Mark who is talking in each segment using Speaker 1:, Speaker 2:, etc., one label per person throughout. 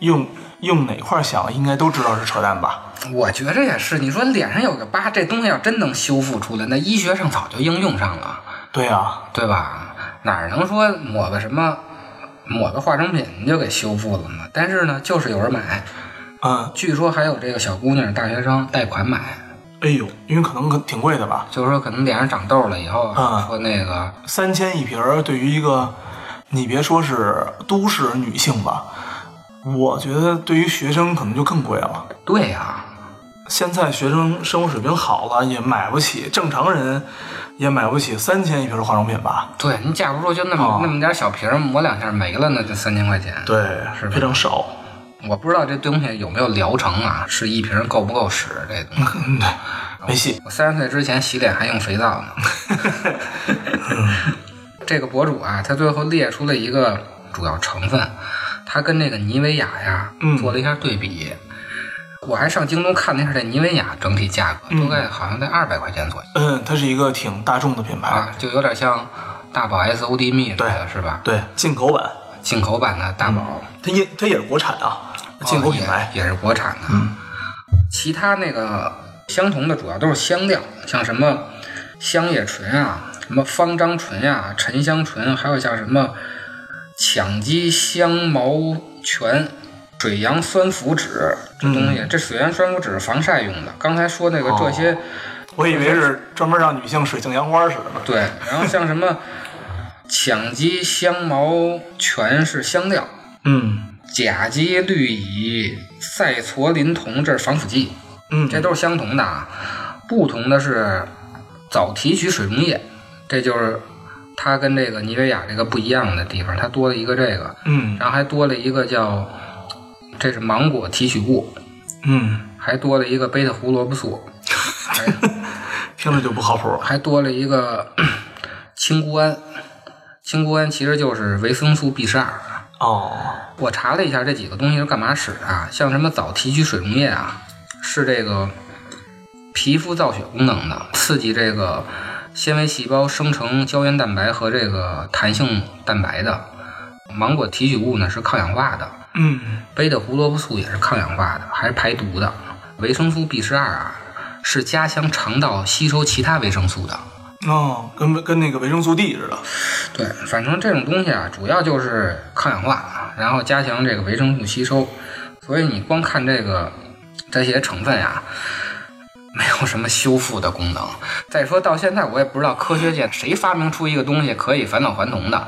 Speaker 1: 用用哪块儿想，应该都知道是扯淡吧？
Speaker 2: 我觉着也是。你说脸上有个疤，这东西要真能修复出来，那医学上早就应用上了，
Speaker 1: 对啊，
Speaker 2: 对吧？哪能说抹个什么抹个化妆品就给修复了呢？但是呢，就是有人买，
Speaker 1: 嗯，
Speaker 2: 据说还有这个小姑娘大学生贷款买，
Speaker 1: 哎呦，因为可能挺贵的吧，
Speaker 2: 就是说可能脸上长痘了以后，
Speaker 1: 啊
Speaker 2: 说那个
Speaker 1: 三千一瓶儿，对于一个你别说是都市女性吧，我觉得对于学生可能就更贵了。
Speaker 2: 对呀、
Speaker 1: 现在学生生活水平好了，也买不起，正常人也买不起三千一瓶的化妆品吧？
Speaker 2: 对你架不住就那么、
Speaker 1: 哦
Speaker 2: 那么点小瓶儿抹两下没了，那就三千块钱。，
Speaker 1: 对，
Speaker 2: 是吧
Speaker 1: 非常少。
Speaker 2: 我不知道这东西有没有疗程啊，是一瓶够不够使这东西。
Speaker 1: 嗯，对，没戏。
Speaker 2: 我三十岁之前洗脸还用肥皂呢。
Speaker 1: 嗯
Speaker 2: 这个博主啊，他最后列出了一个主要成分，他跟那个妮维雅呀、
Speaker 1: 嗯
Speaker 2: 做了一下对比。我还上京东看了一下这妮维雅整体价格，
Speaker 1: 嗯
Speaker 2: 大概好像在二百块钱左右、
Speaker 1: 嗯，它是一个挺大众的品牌，
Speaker 2: 啊，就有点像大宝 S O D 蜜似的，是吧？
Speaker 1: 对，嗯进口版，
Speaker 2: 进口版的大宝。
Speaker 1: 它也它也是国产啊，进口品嗯牌。
Speaker 2: 哦也也是国产的。其他那个相同的主要都是香料，像什么香叶醇啊、什么芳樟醇啊、沉香醇，还有像什么羟基香茅醛。水杨酸腐酯这东
Speaker 1: 嗯
Speaker 2: 西，这水杨酸腐酯是防晒用的。刚才说那个
Speaker 1: 哦
Speaker 2: 这些，
Speaker 1: 我以为是专门让女性水性杨花似的呢。
Speaker 2: 对，然后像什么羟基香茅醛是香料，
Speaker 1: 嗯
Speaker 2: 甲基氯乙赛唑林酮这是防腐剂，
Speaker 1: 嗯，
Speaker 2: 这都是相同的啊。不同的是早提取水溶液，这就是它跟这个妮维雅这个不一样的地方，它多了一个这个，
Speaker 1: 嗯
Speaker 2: 然后还多了一个叫这是芒果提取物，
Speaker 1: 嗯，
Speaker 2: 还多了一个贝塔胡萝卜素，还
Speaker 1: 听着就不靠谱。
Speaker 2: 还多了一个 青钴胺，青钴胺其实就是维生素 B 十二。
Speaker 1: 哦，
Speaker 2: 我查了一下这几个东西是干嘛使的啊，像什么早提取水溶液啊，是这个皮肤造血功能的，刺激这个纤维细胞生成胶原蛋白和这个弹性蛋白的。芒果提取物呢是抗氧化的，
Speaker 1: 嗯
Speaker 2: 贝塔胡萝卜素也是抗氧化的，还是排毒的。维生素 B 十二啊，是加强肠道吸收其他维生素的。
Speaker 1: 哦，跟跟那个维生素 D 似的。
Speaker 2: 对，反正这种东西啊，主要就是抗氧化，啊然后加强这个维生素吸收。所以你光看这个这些成分呀、没有什么修复的功能。再说到现在，我也不知道科学界谁发明出一个东西可以返老还童的。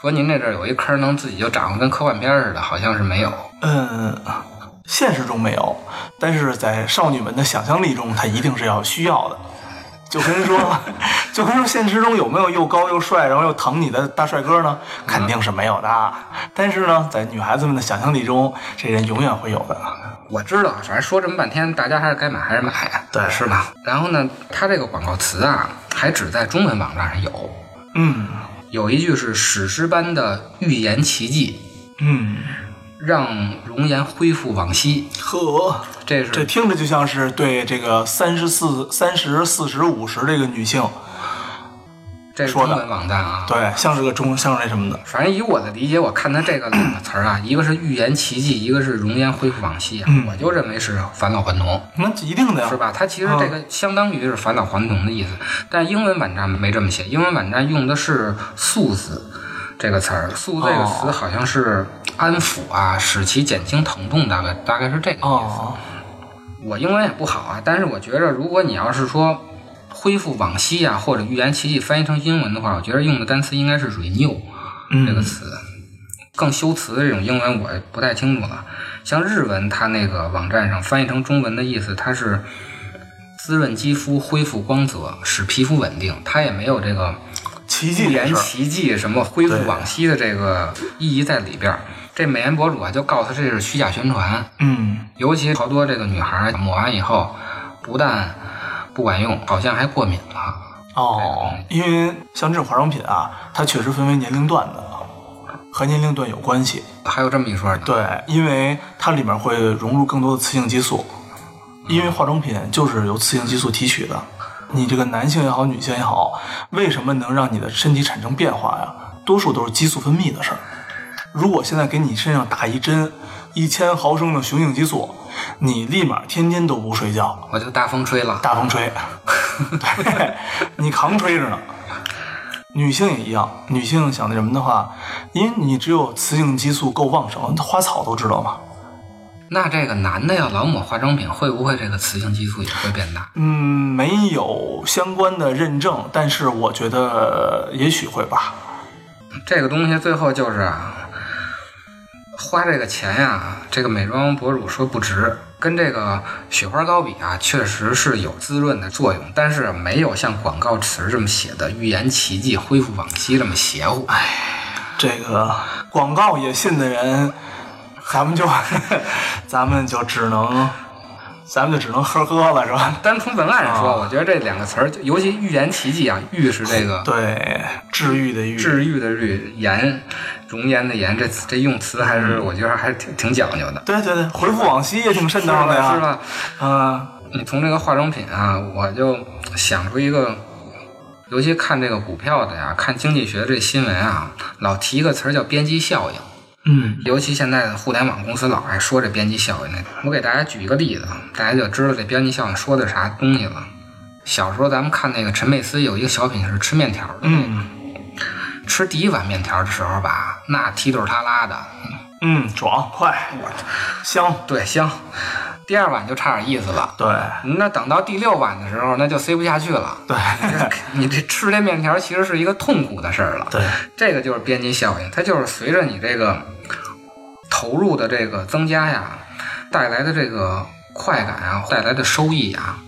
Speaker 2: 说您这这儿有一坑，能自己就长得跟科幻片儿似的，好像是没有。
Speaker 1: 嗯，现实中没有，但是在少女们的想象力中，它一定是要需要的。就跟说， 就跟说，现实中有没有又高又帅，然后又疼你的大帅哥呢？肯定是没有的。但是呢，在女孩子们的想象力中，这人永远会有的。
Speaker 2: 我知道，反正说这么半天，大家还是该买还是买呀，
Speaker 1: 对
Speaker 2: 是吧？然后呢，它这个广告词啊，还只在中文网站上有，
Speaker 1: 嗯
Speaker 2: 有一句是史诗般的预言奇迹，
Speaker 1: 嗯，
Speaker 2: 让容颜恢复往昔。
Speaker 1: 呵，
Speaker 2: 这
Speaker 1: 这
Speaker 2: 是
Speaker 1: 听着就像是对这个三十四、三十四十五十这个女性，
Speaker 2: 这是
Speaker 1: 说
Speaker 2: 中
Speaker 1: 的
Speaker 2: 文网站啊。
Speaker 1: 对，像是个中，像是那什么的。
Speaker 2: 反正以我的理解，我看它这个两个词儿
Speaker 1: 嗯
Speaker 2: 啊，一个是预言奇迹，一个是容颜恢复往昔啊，我就认为是返老还童，
Speaker 1: 那一定的呀
Speaker 2: 是，吧？它其实
Speaker 1: 嗯
Speaker 2: 这个相当于是返老还童的意思，但英文网站没这么写，英文网站用的是 soothe 这个词儿，soothe 这个
Speaker 1: 哦
Speaker 2: 词好像是安抚啊，使其减轻疼痛，大概大概是这个意思。
Speaker 1: 哦，
Speaker 2: 我英文也不好啊，但是我觉着，如果你要是说恢复往昔啊，或者预言奇迹翻译成英文的话，我觉得用的单词应该是 renew 这个
Speaker 1: 嗯
Speaker 2: 词。更修辞的这种英文我也不太清楚了。像日文，它那个网站上翻译成中文的意思，它是滋润肌肤、恢复光泽、使皮肤稳定，它也没有这个
Speaker 1: 奇迹这
Speaker 2: 预言
Speaker 1: 事儿
Speaker 2: 奇迹什么恢复往昔的这个意义在里边儿。这美颜博主啊，就告诉他这是虚假宣传。
Speaker 1: 嗯，
Speaker 2: 尤其好多这个女孩抹完以后，不但不管用，好像还过敏了。
Speaker 1: 哦，因为像这种化妆品啊，它确实分为年龄段的，和年龄段有关系。
Speaker 2: 还有这么一说呢，
Speaker 1: 对，因为它里面会融入更多的雌性激素，因为化妆品就是由雌性激素提取的。你这个男性也好，女性也好，为什么能让你的身体产生变化呀？多数都是激素分泌的事儿。如果现在给你身上打一针一千毫升的雄性激素，你立马天天都不睡觉，
Speaker 2: 我就大风吹了。
Speaker 1: 大风吹，对，你扛吹着呢。女性也一样，女性想那什么的话，因为你只有雌性激素够旺盛，花草都知道嘛。
Speaker 2: 那这个男的要老抹化妆品，会不会这个雌性激素也会变大？
Speaker 1: 嗯，没有相关的认证，但是我觉得也许会吧。
Speaker 2: 这个东西最后就是啊，花这个钱呀、这个美妆博主说不值，跟这个雪花膏比啊，确实是有滋润的作用，但是没有像广告词这么写的“预言奇迹，恢复往昔”这么邪乎。
Speaker 1: 这个广告也信的人，咱们就 咱们就只能，咱们就只能呵呵了，是吧？
Speaker 2: 单从文案上说，我觉得这两个词儿，尤其“预言奇迹”啊，“预”是这个
Speaker 1: 对，治愈的愈，
Speaker 2: 治愈的“愈”，“颜”容颜的“颜”，这词这用词还是我觉得还是挺挺讲究的，
Speaker 1: 对对对，回复往昔也挺瘆
Speaker 2: 是
Speaker 1: 得慌的
Speaker 2: 吧？是
Speaker 1: 呀。
Speaker 2: 吧？
Speaker 1: 嗯
Speaker 2: 你从这个化妆品啊，我就想出一个，尤其看这个股票的呀，看经济学这新闻啊，老提一个词儿叫边际效应。
Speaker 1: 嗯
Speaker 2: 尤其现在的互联网公司老爱说这边际效应那个，我给大家举一个例子，啊大家就知道这边际效应说的是啥东西了。小时候咱们看那个陈佩斯有一个小品是吃面条的，
Speaker 1: 嗯
Speaker 2: 吃第一碗面条的时候吧，那踢溜他拉的，
Speaker 1: 嗯，爽快，香，
Speaker 2: 对香。第二碗就差点意思了，
Speaker 1: 对
Speaker 2: 那等到第六碗的时候，那就塞不下去了。
Speaker 1: 对
Speaker 2: 你这吃这面条其实是一个痛苦的事儿了。
Speaker 1: 对，
Speaker 2: 这个就是边际效应，它就是随着你这个投入的这个增加呀，带来的这个快感啊，带来的收益啊，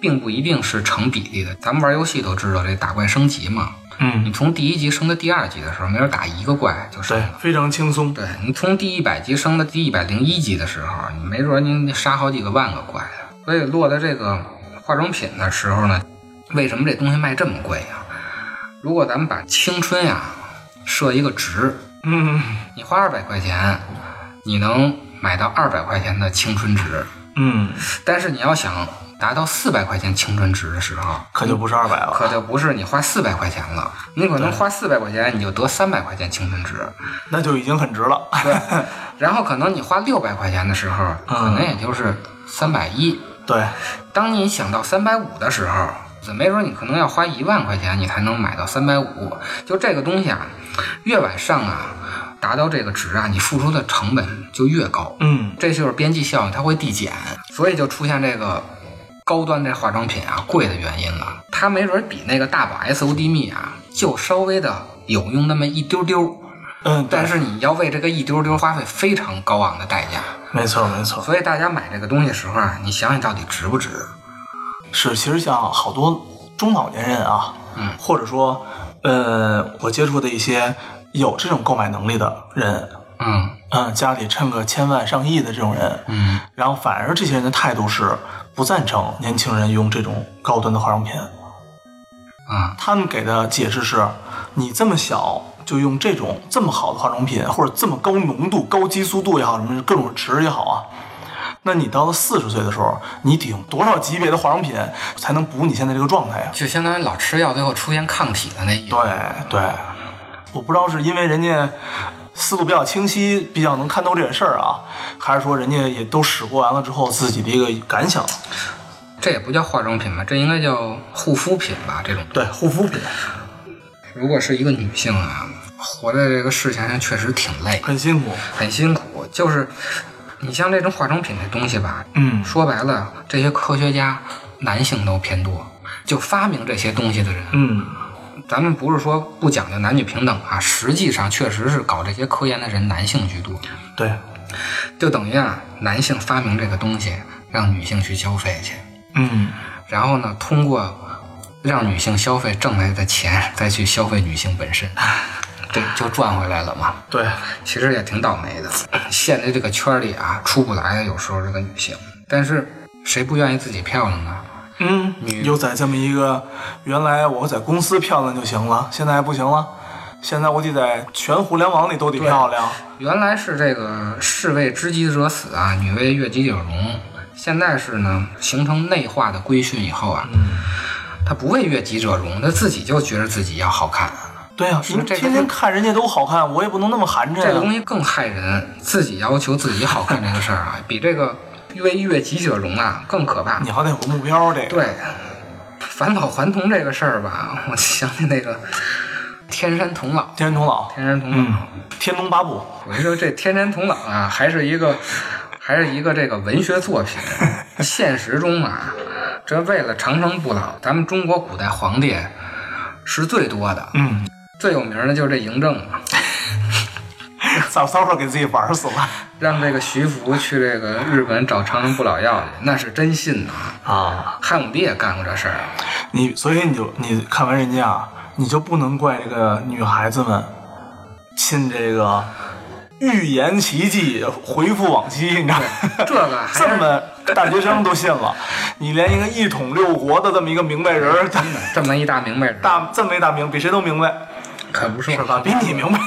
Speaker 2: 并不一定是成比例的。咱们玩游戏都知道，这打怪升级嘛，你
Speaker 1: 嗯，
Speaker 2: 从第一级升到第二级的时候，没准打一个怪就升
Speaker 1: 对
Speaker 2: 了。，
Speaker 1: 非常轻松。
Speaker 2: 对你从第一百级升到第一百零一级的时候，你没准儿你杀好几个万个怪啊。所以落到这个化妆品的时候呢，为什么这东西卖这么贵啊？如果咱们把青春呀、设一个值，
Speaker 1: 嗯
Speaker 2: 你花二百块钱，你能买到二百块钱的青春值，
Speaker 1: 嗯，
Speaker 2: 但是你要想达到四百块钱青春值的时候，
Speaker 1: 可就不是二百了。
Speaker 2: 可就不是你花四百块钱了，你可能花四百块钱你就得三百块钱青春值。
Speaker 1: 那就已经很值了。
Speaker 2: 然后可能你花六百块钱的时候，可能也就是三百一。
Speaker 1: 对，
Speaker 2: 当你想到三百五的时候，没准你可能要花一万块钱，你才能买到三百五。就这个东西啊，越往上啊，达到这个值啊，你付出的成本就越高。
Speaker 1: 嗯，
Speaker 2: 这就是边际效应，它会递减，所以就出现这个高端这化妆品啊贵的原因了。它没准比那个大宝 SOD 蜜啊，就稍微的有用那么一丢丢。
Speaker 1: 嗯，对
Speaker 2: 但是你要为这个一丢丢花费非常高昂的代价，
Speaker 1: 没错没错，
Speaker 2: 所以大家买这个东西的时候啊，你想想到底值不值？
Speaker 1: 是其实像好多中老年人啊，
Speaker 2: 嗯
Speaker 1: 或者说，呃，我接触的一些有这种购买能力的人，
Speaker 2: 嗯
Speaker 1: 嗯，家里趁个千万上亿的这种人，
Speaker 2: 嗯，
Speaker 1: 然后反而这些人的态度是不赞成年轻人用这种高端的化妆品。
Speaker 2: 啊、
Speaker 1: 他们给的解释是，你这么小就用这种这么好的化妆品，或者这么高浓度、高激素度也好，什么各种值也好啊，那你到了四十岁的时候，你得用多少级别的化妆品才能补你现在这个状态呀、啊
Speaker 2: 就相当于老吃药最后出现抗体的那一种。
Speaker 1: 对对，我不知道是因为人家思路比较清晰，比较能看透这个事儿啊，还是说人家也都使过完了之后自己的一个感想。
Speaker 2: 这也不叫化妆品吧，这应该叫护肤品吧？这种。
Speaker 1: 对，护肤品
Speaker 2: 如果是一个女性啊，活在这个世界上确实挺累，
Speaker 1: 很辛苦。
Speaker 2: 很辛苦。就是你像这种化妆品这东西吧，
Speaker 1: 嗯
Speaker 2: 说白了，这些科学家男性都偏多，就发明这些东西的人啊
Speaker 1: 嗯，
Speaker 2: 咱们不是说不讲究男女平等啊，实际上确实是搞这些科研的人男性居多，
Speaker 1: 对，
Speaker 2: 就等于啊，男性发明这个东西，让女性去消费去，
Speaker 1: 嗯
Speaker 2: 然后呢，通过让女性消费挣来的钱，再去消费女性本身， 这就赚回来了嘛。
Speaker 1: 对，
Speaker 2: 其实也挺倒霉的，陷在这个圈里啊，出不来。有时候这个女性，但是谁不愿意自己漂亮呢？
Speaker 1: 嗯，又在这么一个原来我在公司漂亮就行了，现在还不行了，现在我得在全互联网里都得漂亮。
Speaker 2: 原来是这个士为知己者死啊，女为悦己者容。现在是呢，形成内化的规训以后啊，他不为悦己者容，他自己就觉得自己要好看。
Speaker 1: 对呀、
Speaker 2: 是
Speaker 1: 您
Speaker 2: 这个
Speaker 1: 天天看人家都好看，我也不能那么寒碜啊
Speaker 2: 这个
Speaker 1: 呀、
Speaker 2: 东西更害人，自己要求自己好看这个事儿啊，比这个为悦己者容啊更可怕。
Speaker 1: 你好歹有个目标，这个
Speaker 2: 对，返老还童这个事儿吧，我想起那个天山童姥，
Speaker 1: 天山童姥，
Speaker 2: 天山童姥。
Speaker 1: 天龙八 部，
Speaker 2: 我就说这《天山童姥》啊，还是一个，还是一个这个文学作品。现实中啊，这为了长生不老，咱们中国古代皇帝是最多的，
Speaker 1: 嗯，
Speaker 2: 最有名的就是这嬴政嘛，
Speaker 1: 早早说给自己玩死了
Speaker 2: 让这个徐福去这个日本找长生不老药去，那是真信呐。
Speaker 1: 啊！
Speaker 2: 汉武帝也干过这事儿，啊
Speaker 1: 你所以你就你看完人家啊，你就不能怪这个女孩子们信这个预言奇迹，回复往昔，你知道吗？
Speaker 2: 这个还
Speaker 1: 这
Speaker 2: 是
Speaker 1: 么大学生都信了，你连一个一统六国的这么一个明白人儿，
Speaker 2: 真的这么一大明白人，
Speaker 1: 大这么一大明，比谁都明白，
Speaker 2: 可不是
Speaker 1: 是吧？比你明白，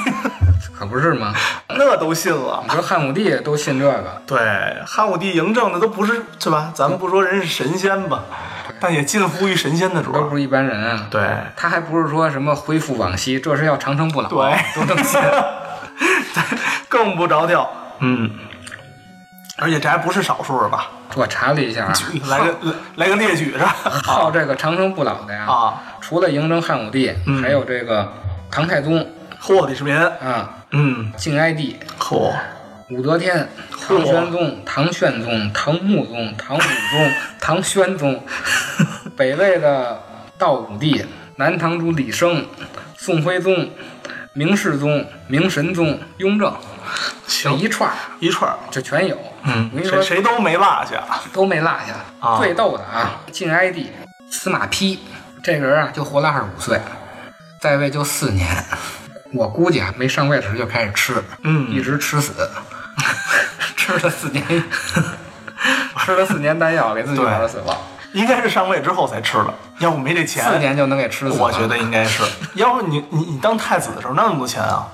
Speaker 2: 可不是吗？
Speaker 1: 那都信了
Speaker 2: 你。说汉武帝都信这个，
Speaker 1: 对，汉武帝、嬴政的都不是是吧？咱们不说人是神仙吧，但也近乎于神仙的主
Speaker 2: 都
Speaker 1: 儿。
Speaker 2: 不是一般人啊。
Speaker 1: 对，
Speaker 2: 他还不是说什么恢复往昔，这是要长生不老，
Speaker 1: 对
Speaker 2: 都能信。
Speaker 1: 更不着调。嗯，而且这还不是少数儿吧？
Speaker 2: 我查了一下啊，
Speaker 1: 来个 来来个列举是吧？
Speaker 2: 靠这个长生不老的呀，
Speaker 1: 啊，嗯
Speaker 2: 除了嬴政、汉武帝，还有这个唐太宗
Speaker 1: 嚯，李世民，
Speaker 2: 啊、
Speaker 1: 嗯，
Speaker 2: 晋哀帝、
Speaker 1: 嚯，
Speaker 2: 武则天、唐
Speaker 1: 啊
Speaker 2: 玄宗、唐玄宗、唐穆宗、唐武宗、唐 宣宗，北魏的道武帝、南唐主李生、宋徽宗、明世宗、明神宗、雍正，
Speaker 1: 行
Speaker 2: 一串儿
Speaker 1: 一串儿，
Speaker 2: 就全有。
Speaker 1: 嗯
Speaker 2: 我跟，你
Speaker 1: 谁
Speaker 2: 说
Speaker 1: 谁都没落下。
Speaker 2: 都没落下。
Speaker 1: 啊
Speaker 2: 最逗的啊，晋哀帝司马丕这人啊，就活了二十五岁，在位就四年。我估计啊，没上位的时候就开始吃，
Speaker 1: 嗯
Speaker 2: 一直吃死， 吃了四年，吃了四年丹药，给自己玩死了，
Speaker 1: 嗯应该是上位之后才吃的，要不没这
Speaker 2: 四
Speaker 1: 钱，
Speaker 2: 年就能给吃死了。
Speaker 1: 我觉得应该是。要不你你你当太子的时候那么多钱啊，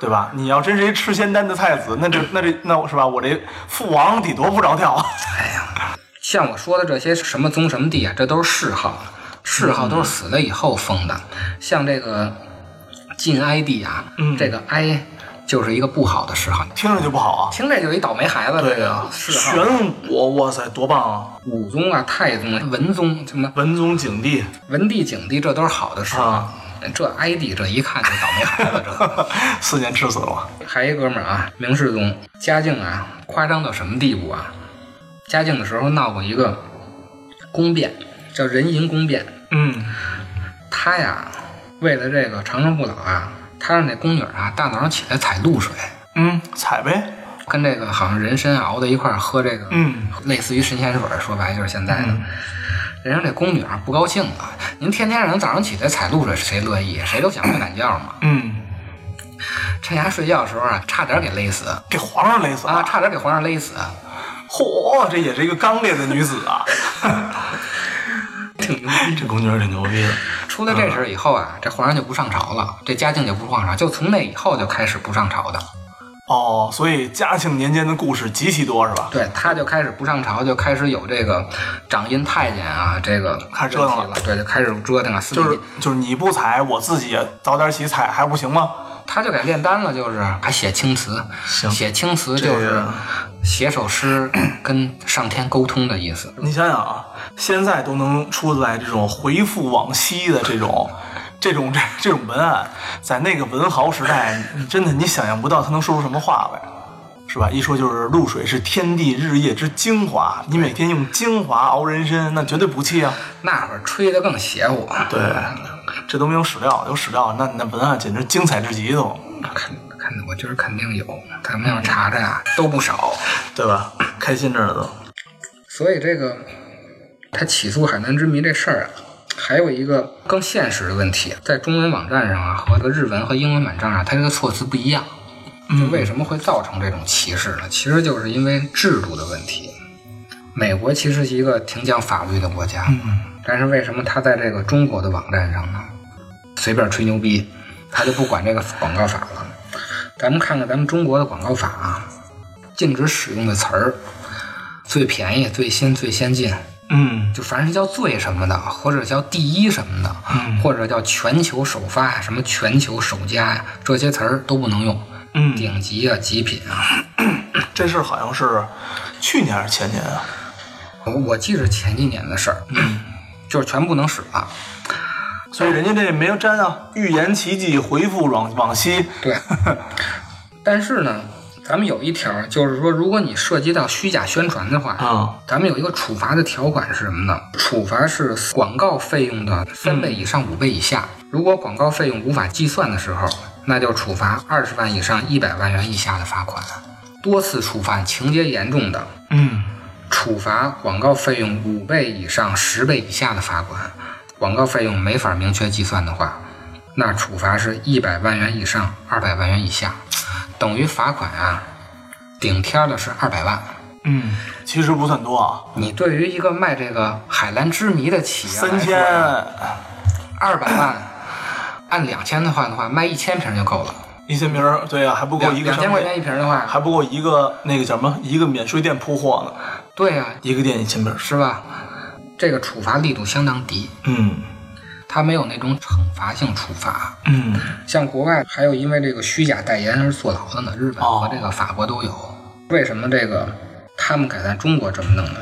Speaker 1: 对吧？你要真谁吃仙丹的太子，那这那这那我是吧？我这父王得多不着调啊！
Speaker 2: 像我说的这些什么宗什么帝啊，这都是谥号，谥
Speaker 1: 嗯
Speaker 2: 号都是死了以后封的。像这个晋哀帝啊，
Speaker 1: 嗯
Speaker 2: 这个哀就是一个不好的谥号，
Speaker 1: 听着就不好啊。
Speaker 2: 听着就是一倒霉孩子，这
Speaker 1: 对
Speaker 2: 个
Speaker 1: 啊，
Speaker 2: 谥号。
Speaker 1: 玄武，哇塞，多棒啊！
Speaker 2: 武宗啊、太宗、啊、文宗什么
Speaker 1: 文宗景帝，
Speaker 2: 文帝、景帝，这都是好的谥号。
Speaker 1: 啊
Speaker 2: 这哀帝这一看就倒霉孩子，这
Speaker 1: 四年吃死了。
Speaker 2: 还一哥们儿啊，明世宗嘉靖啊，夸张到什么地步啊？嘉靖的时候闹过一个宫变，叫壬寅宫变。
Speaker 1: 嗯，
Speaker 2: 他呀，为了这个长生不老啊，他让那宫女儿啊大早上起来采露水，
Speaker 1: 嗯，采呗。
Speaker 2: 跟这个好像人参熬在一块儿喝这个，
Speaker 1: 嗯，
Speaker 2: 类似于神仙水儿，说白了就是现在的。人家这宫女儿不高兴了，您天天让人早上起来采露水，谁乐意？啊谁都想睡懒觉嘛。
Speaker 1: 嗯，
Speaker 2: 趁丫睡觉的时候啊，差点给勒死
Speaker 1: 给皇上勒死
Speaker 2: 啊，
Speaker 1: 啊！
Speaker 2: 差点给皇上勒死，
Speaker 1: 嚯，这也是一个刚烈的女子 啊！
Speaker 2: 挺牛逼。
Speaker 1: 这宫女儿挺牛逼的。
Speaker 2: 出了这事儿以后啊，这皇上就不上朝了，这嘉靖就不上朝，就从那以后就开始不上朝的。
Speaker 1: 哦，所以嘉庆年间的故事极其多，是吧？
Speaker 2: 对，他就开始不上朝，就开始有这个掌印太监啊，这个
Speaker 1: 开始折腾了
Speaker 2: 问题了，对，就开始折腾啊了。私密
Speaker 1: 就是就是你不采，我自己也早点起采还不行吗？
Speaker 2: 他就给炼丹了，就是还写青词，
Speaker 1: 行
Speaker 2: 写青词就
Speaker 1: 这
Speaker 2: 是
Speaker 1: 个
Speaker 2: 写首诗跟上天沟通的意思。
Speaker 1: 你想想啊，现在都能出得来这种回复往昔的这种。这种这这种文案，在那个文豪时代，你真的你想象不到他能说出什么话来，是吧？一说就是露水是天地日夜之精华，你每天用精华熬人参，那绝对不气啊！
Speaker 2: 那会儿吹得更邪乎，
Speaker 1: 对，这都没有史料，有史料，那你那文案简直精彩至极都，
Speaker 2: 看看我觉得肯定有，咱们要查查呀，都不少。
Speaker 1: 对吧？开心着呢都。
Speaker 2: 所以这个他起诉海南之谜这事儿啊，还有一个更现实的问题，在中文网站上啊和这个日文和英文网站啊上，它这个措辞不一样。就为什么会造成这种歧视呢？其实就是因为制度的问题。美国其实是一个挺讲法律的国家，但是为什么他在这个中国的网站上呢，随便吹牛逼，他就不管这个广告法了？咱们看看咱们中国的广告法啊，禁止使用的词儿，最便宜、最新、最先进，
Speaker 1: 嗯，
Speaker 2: 就凡是叫最什么的，或者叫第一什么的，
Speaker 1: 嗯
Speaker 2: 或者叫全球首发呀、什么全球首家呀，这些词儿都不能用。
Speaker 1: 嗯
Speaker 2: 顶级啊，极品啊，
Speaker 1: 这事儿好像是去年还是前年啊？
Speaker 2: 我我记着前几年的事儿，
Speaker 1: 嗯
Speaker 2: 就是全不能使了。
Speaker 1: 所以人家这没有沾啊，预言奇迹，回复往往昔。
Speaker 2: 对， 但是呢，咱们有一条儿就是说，如果你涉及到虚假宣传的话，
Speaker 1: 啊，
Speaker 2: 咱们有一个处罚的条款是什么呢？处罚是广告费用的三倍以上五倍以下。如果广告费用无法计算的时候，那就处罚二十万以上一百万元以下的罚款。多次触犯情节严重的，
Speaker 1: 嗯，
Speaker 2: 处罚广告费用五倍以上十倍以下的罚款。广告费用没法明确计算的话，那处罚是一百万元以上二百万元以下，等于罚款啊，顶天儿的是二百万。
Speaker 1: 嗯，其实不算多啊，
Speaker 2: 你对于一个卖这个海蓝之谜的企业来
Speaker 1: 三
Speaker 2: 说，
Speaker 1: 千，
Speaker 2: 二百万，按两千的话的话，卖一千瓶就够了。
Speaker 1: 一千名儿，对啊，还不够
Speaker 2: 两
Speaker 1: 一个
Speaker 2: 两
Speaker 1: 商
Speaker 2: 千块
Speaker 1: 店，
Speaker 2: 钱一瓶的话，
Speaker 1: 还不够一个那个叫什么，一个免税店铺货呢，
Speaker 2: 对呀、啊，
Speaker 1: 一个店一千名儿。
Speaker 2: 是吧？这个处罚力度相当低，
Speaker 1: 嗯
Speaker 2: 它没有那种惩罚性处罚。
Speaker 1: 嗯，
Speaker 2: 像国外还有因为这个虚假代言而坐牢的呢，日本
Speaker 1: 哦
Speaker 2: 和这个法国都有。为什么这个他们敢在中国这么弄呢？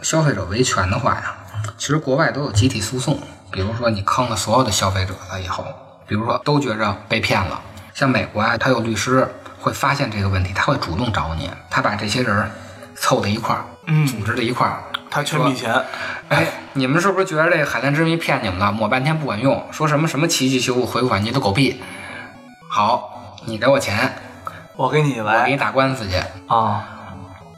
Speaker 2: 消费者维权的话呀，其实国外都有集体诉讼，比如说你坑了所有的消费者了以后，比如说都觉着被骗了，像美国啊，他有律师会发现这个问题，他会主动找你，他把这些人儿凑在一块儿，
Speaker 1: 嗯
Speaker 2: 组织在一块儿，
Speaker 1: 他圈笔钱，
Speaker 2: 哎，你们是不是觉得这个海蓝之谜骗你们了？抹半天不管用，说什么什么奇迹修复回款，你的狗屁！好，你给我钱，
Speaker 1: 我给你
Speaker 2: 我给
Speaker 1: 来
Speaker 2: 你打官司去，
Speaker 1: 啊，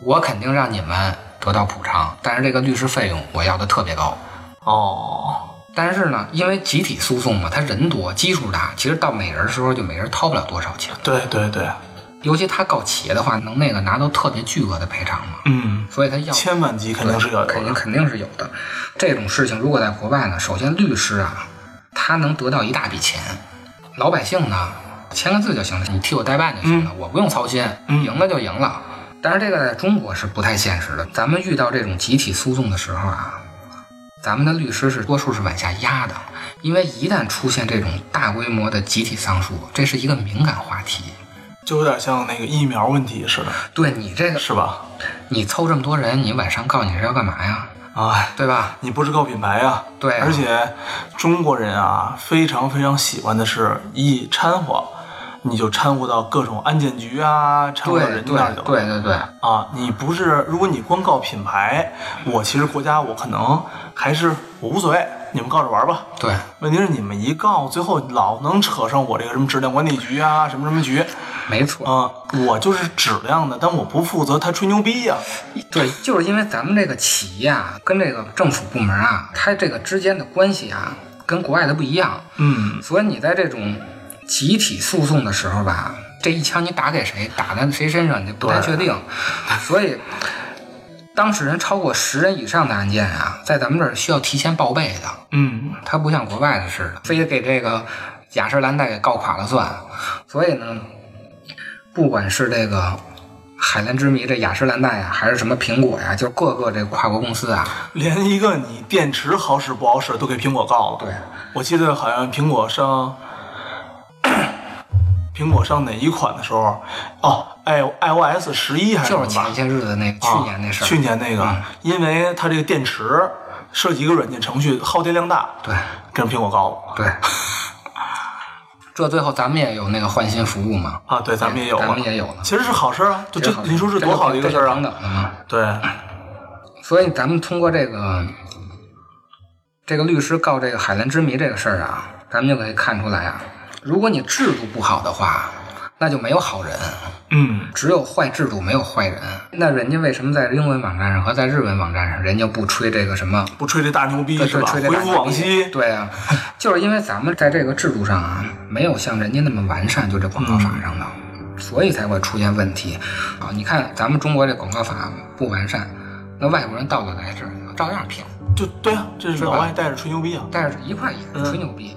Speaker 2: 我肯定让你们得到补偿，但是这个律师费用我要的特别高。
Speaker 1: 哦，
Speaker 2: 但是呢，因为集体诉讼嘛，他人多，基数大，其实到每人的时候就每人掏不了多少钱。
Speaker 1: 对对对，
Speaker 2: 尤其他告企业的话，能那个拿到特别巨额的赔偿嘛，
Speaker 1: 嗯，
Speaker 2: 所以他要
Speaker 1: 千万级肯定是要有
Speaker 2: 肯定
Speaker 1: 的，
Speaker 2: 肯定是有的。这种事情如果在国外呢，首先律师啊，他能得到一大笔钱，老百姓呢签个字就行了，你替我代办就行了，我不用操心，
Speaker 1: 嗯
Speaker 2: 赢了就赢了。但是这个在中国是不太现实的，咱们遇到这种集体诉讼的时候啊，咱们的律师是多数是往下压的，因为一旦出现这种大规模的集体上诉，这是一个敏感话题。
Speaker 1: 就有点像那个疫苗问题似的，
Speaker 2: 对你这个，
Speaker 1: 是吧？
Speaker 2: 你凑这么多人，你晚上告你是要干嘛呀？
Speaker 1: 哎，
Speaker 2: 对吧？
Speaker 1: 你不是够品牌呀？
Speaker 2: 对啊
Speaker 1: 而且中国人啊，非常非常喜欢的是一掺和，你就掺和到各种安检局啊，掺和
Speaker 2: 对
Speaker 1: 到
Speaker 2: 对
Speaker 1: 人家那儿去了。
Speaker 2: 对对对，
Speaker 1: 啊，你不是，如果你光告品牌，我其实国家我可能还是我无所谓，你们告着玩吧。
Speaker 2: 对，
Speaker 1: 问题是你们一告，最后老能扯上我这个什么质量管理局啊，什么什么局
Speaker 2: 没错，
Speaker 1: 啊，我就是质量的，但我不负责他吹牛逼呀、
Speaker 2: 对，就是因为咱们这个企业啊，跟这个政府部门啊，它这个之间的关系啊，跟国外的不一样，
Speaker 1: 嗯，
Speaker 2: 所以你在这种集体诉讼的时候吧，这一枪你打给谁，打在谁身上，你就不太确定，所以。当事人超过十人以上的案件啊，在咱们这儿需要提前报备的，
Speaker 1: 嗯，
Speaker 2: 它不像国外的似的，非得给这个雅诗兰黛给告垮了算。啊所以呢，不管是这个海蓝之谜这雅诗兰黛呀，还是什么苹果呀，就各个这个跨国公司啊，
Speaker 1: 连一个你电池好使不好使都给苹果告了。
Speaker 2: 对，
Speaker 1: 我记得好像苹果上 苹果上哪一款的时候，哦，i iOS 十一还是什
Speaker 2: 就
Speaker 1: 么
Speaker 2: 是
Speaker 1: 吧？啊
Speaker 2: 前些日子那个去年那事儿、
Speaker 1: 哦
Speaker 2: 嗯
Speaker 1: 去年那个，因为它这个电池设计一个软件程序耗电量大，
Speaker 2: 对
Speaker 1: 跟苹果告了
Speaker 2: 对。这最后咱们也有那个换新服务嘛，
Speaker 1: 啊。对，咱们也有
Speaker 2: 咱
Speaker 1: 了
Speaker 2: 们，也有呢。
Speaker 1: 其实是好事啊。就这
Speaker 2: 好，
Speaker 1: 你说是多好的一个事儿
Speaker 2: 这就平
Speaker 1: 啊？
Speaker 2: 等的嘛。
Speaker 1: 对，
Speaker 2: 所以咱们通过这个这个律师告这个海蓝之谜这个事儿啊，咱们就可以看出来啊，如果你制度不好的话，那就没有好人，
Speaker 1: 嗯，
Speaker 2: 只有坏制度，没有坏人。那人家为什么在英文网站上和在日文网站上，人家不吹这个什么？
Speaker 1: 不吹这大牛逼
Speaker 2: 对
Speaker 1: 是吧？
Speaker 2: 吹
Speaker 1: 回
Speaker 2: 这大
Speaker 1: 复往昔，
Speaker 2: 对啊， 就是因为咱们在这个制度上啊，没有像人家那么完善，就这广告法上的，所以才会出现问题啊。你看咱们中国这广告法不完善，那外国人到了来这儿照样骗。
Speaker 1: 就对啊，这是
Speaker 2: 吧
Speaker 1: 老外带着吹牛逼啊。
Speaker 2: 但是一块一个吹牛逼。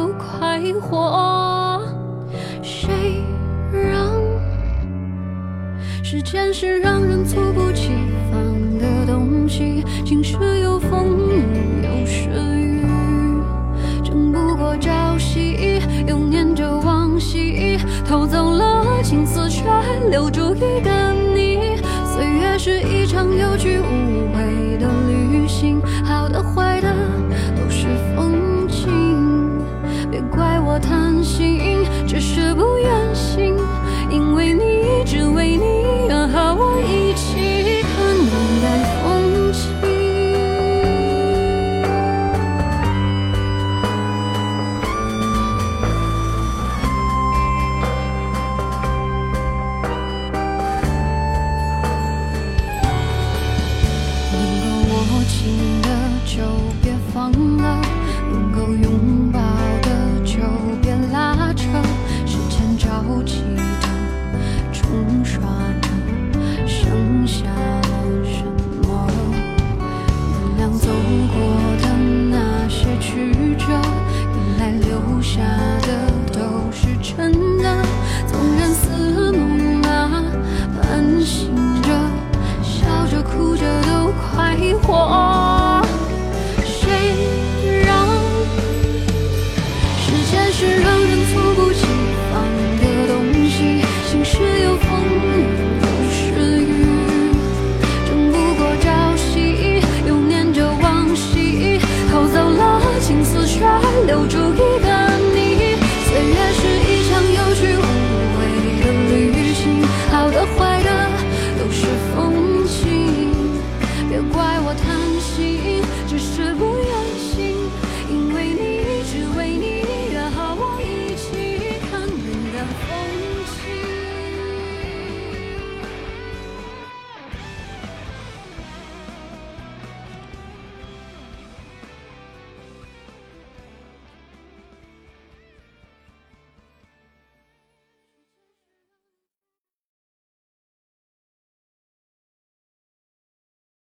Speaker 3: 快活。谁让时间是让人猝不及防的东西，晴时有风，有时雨，争不过朝夕，又念着往昔，偷走了青丝，却留住一个你。岁月是一场有去无回的旅行，好的坏的都是风景。别怪我贪心，只是不愿醒，因为你，只为你，愿和我一起看云淡风轻。能够握紧的就别放了，能够拥抱的就别拉扯。时间着急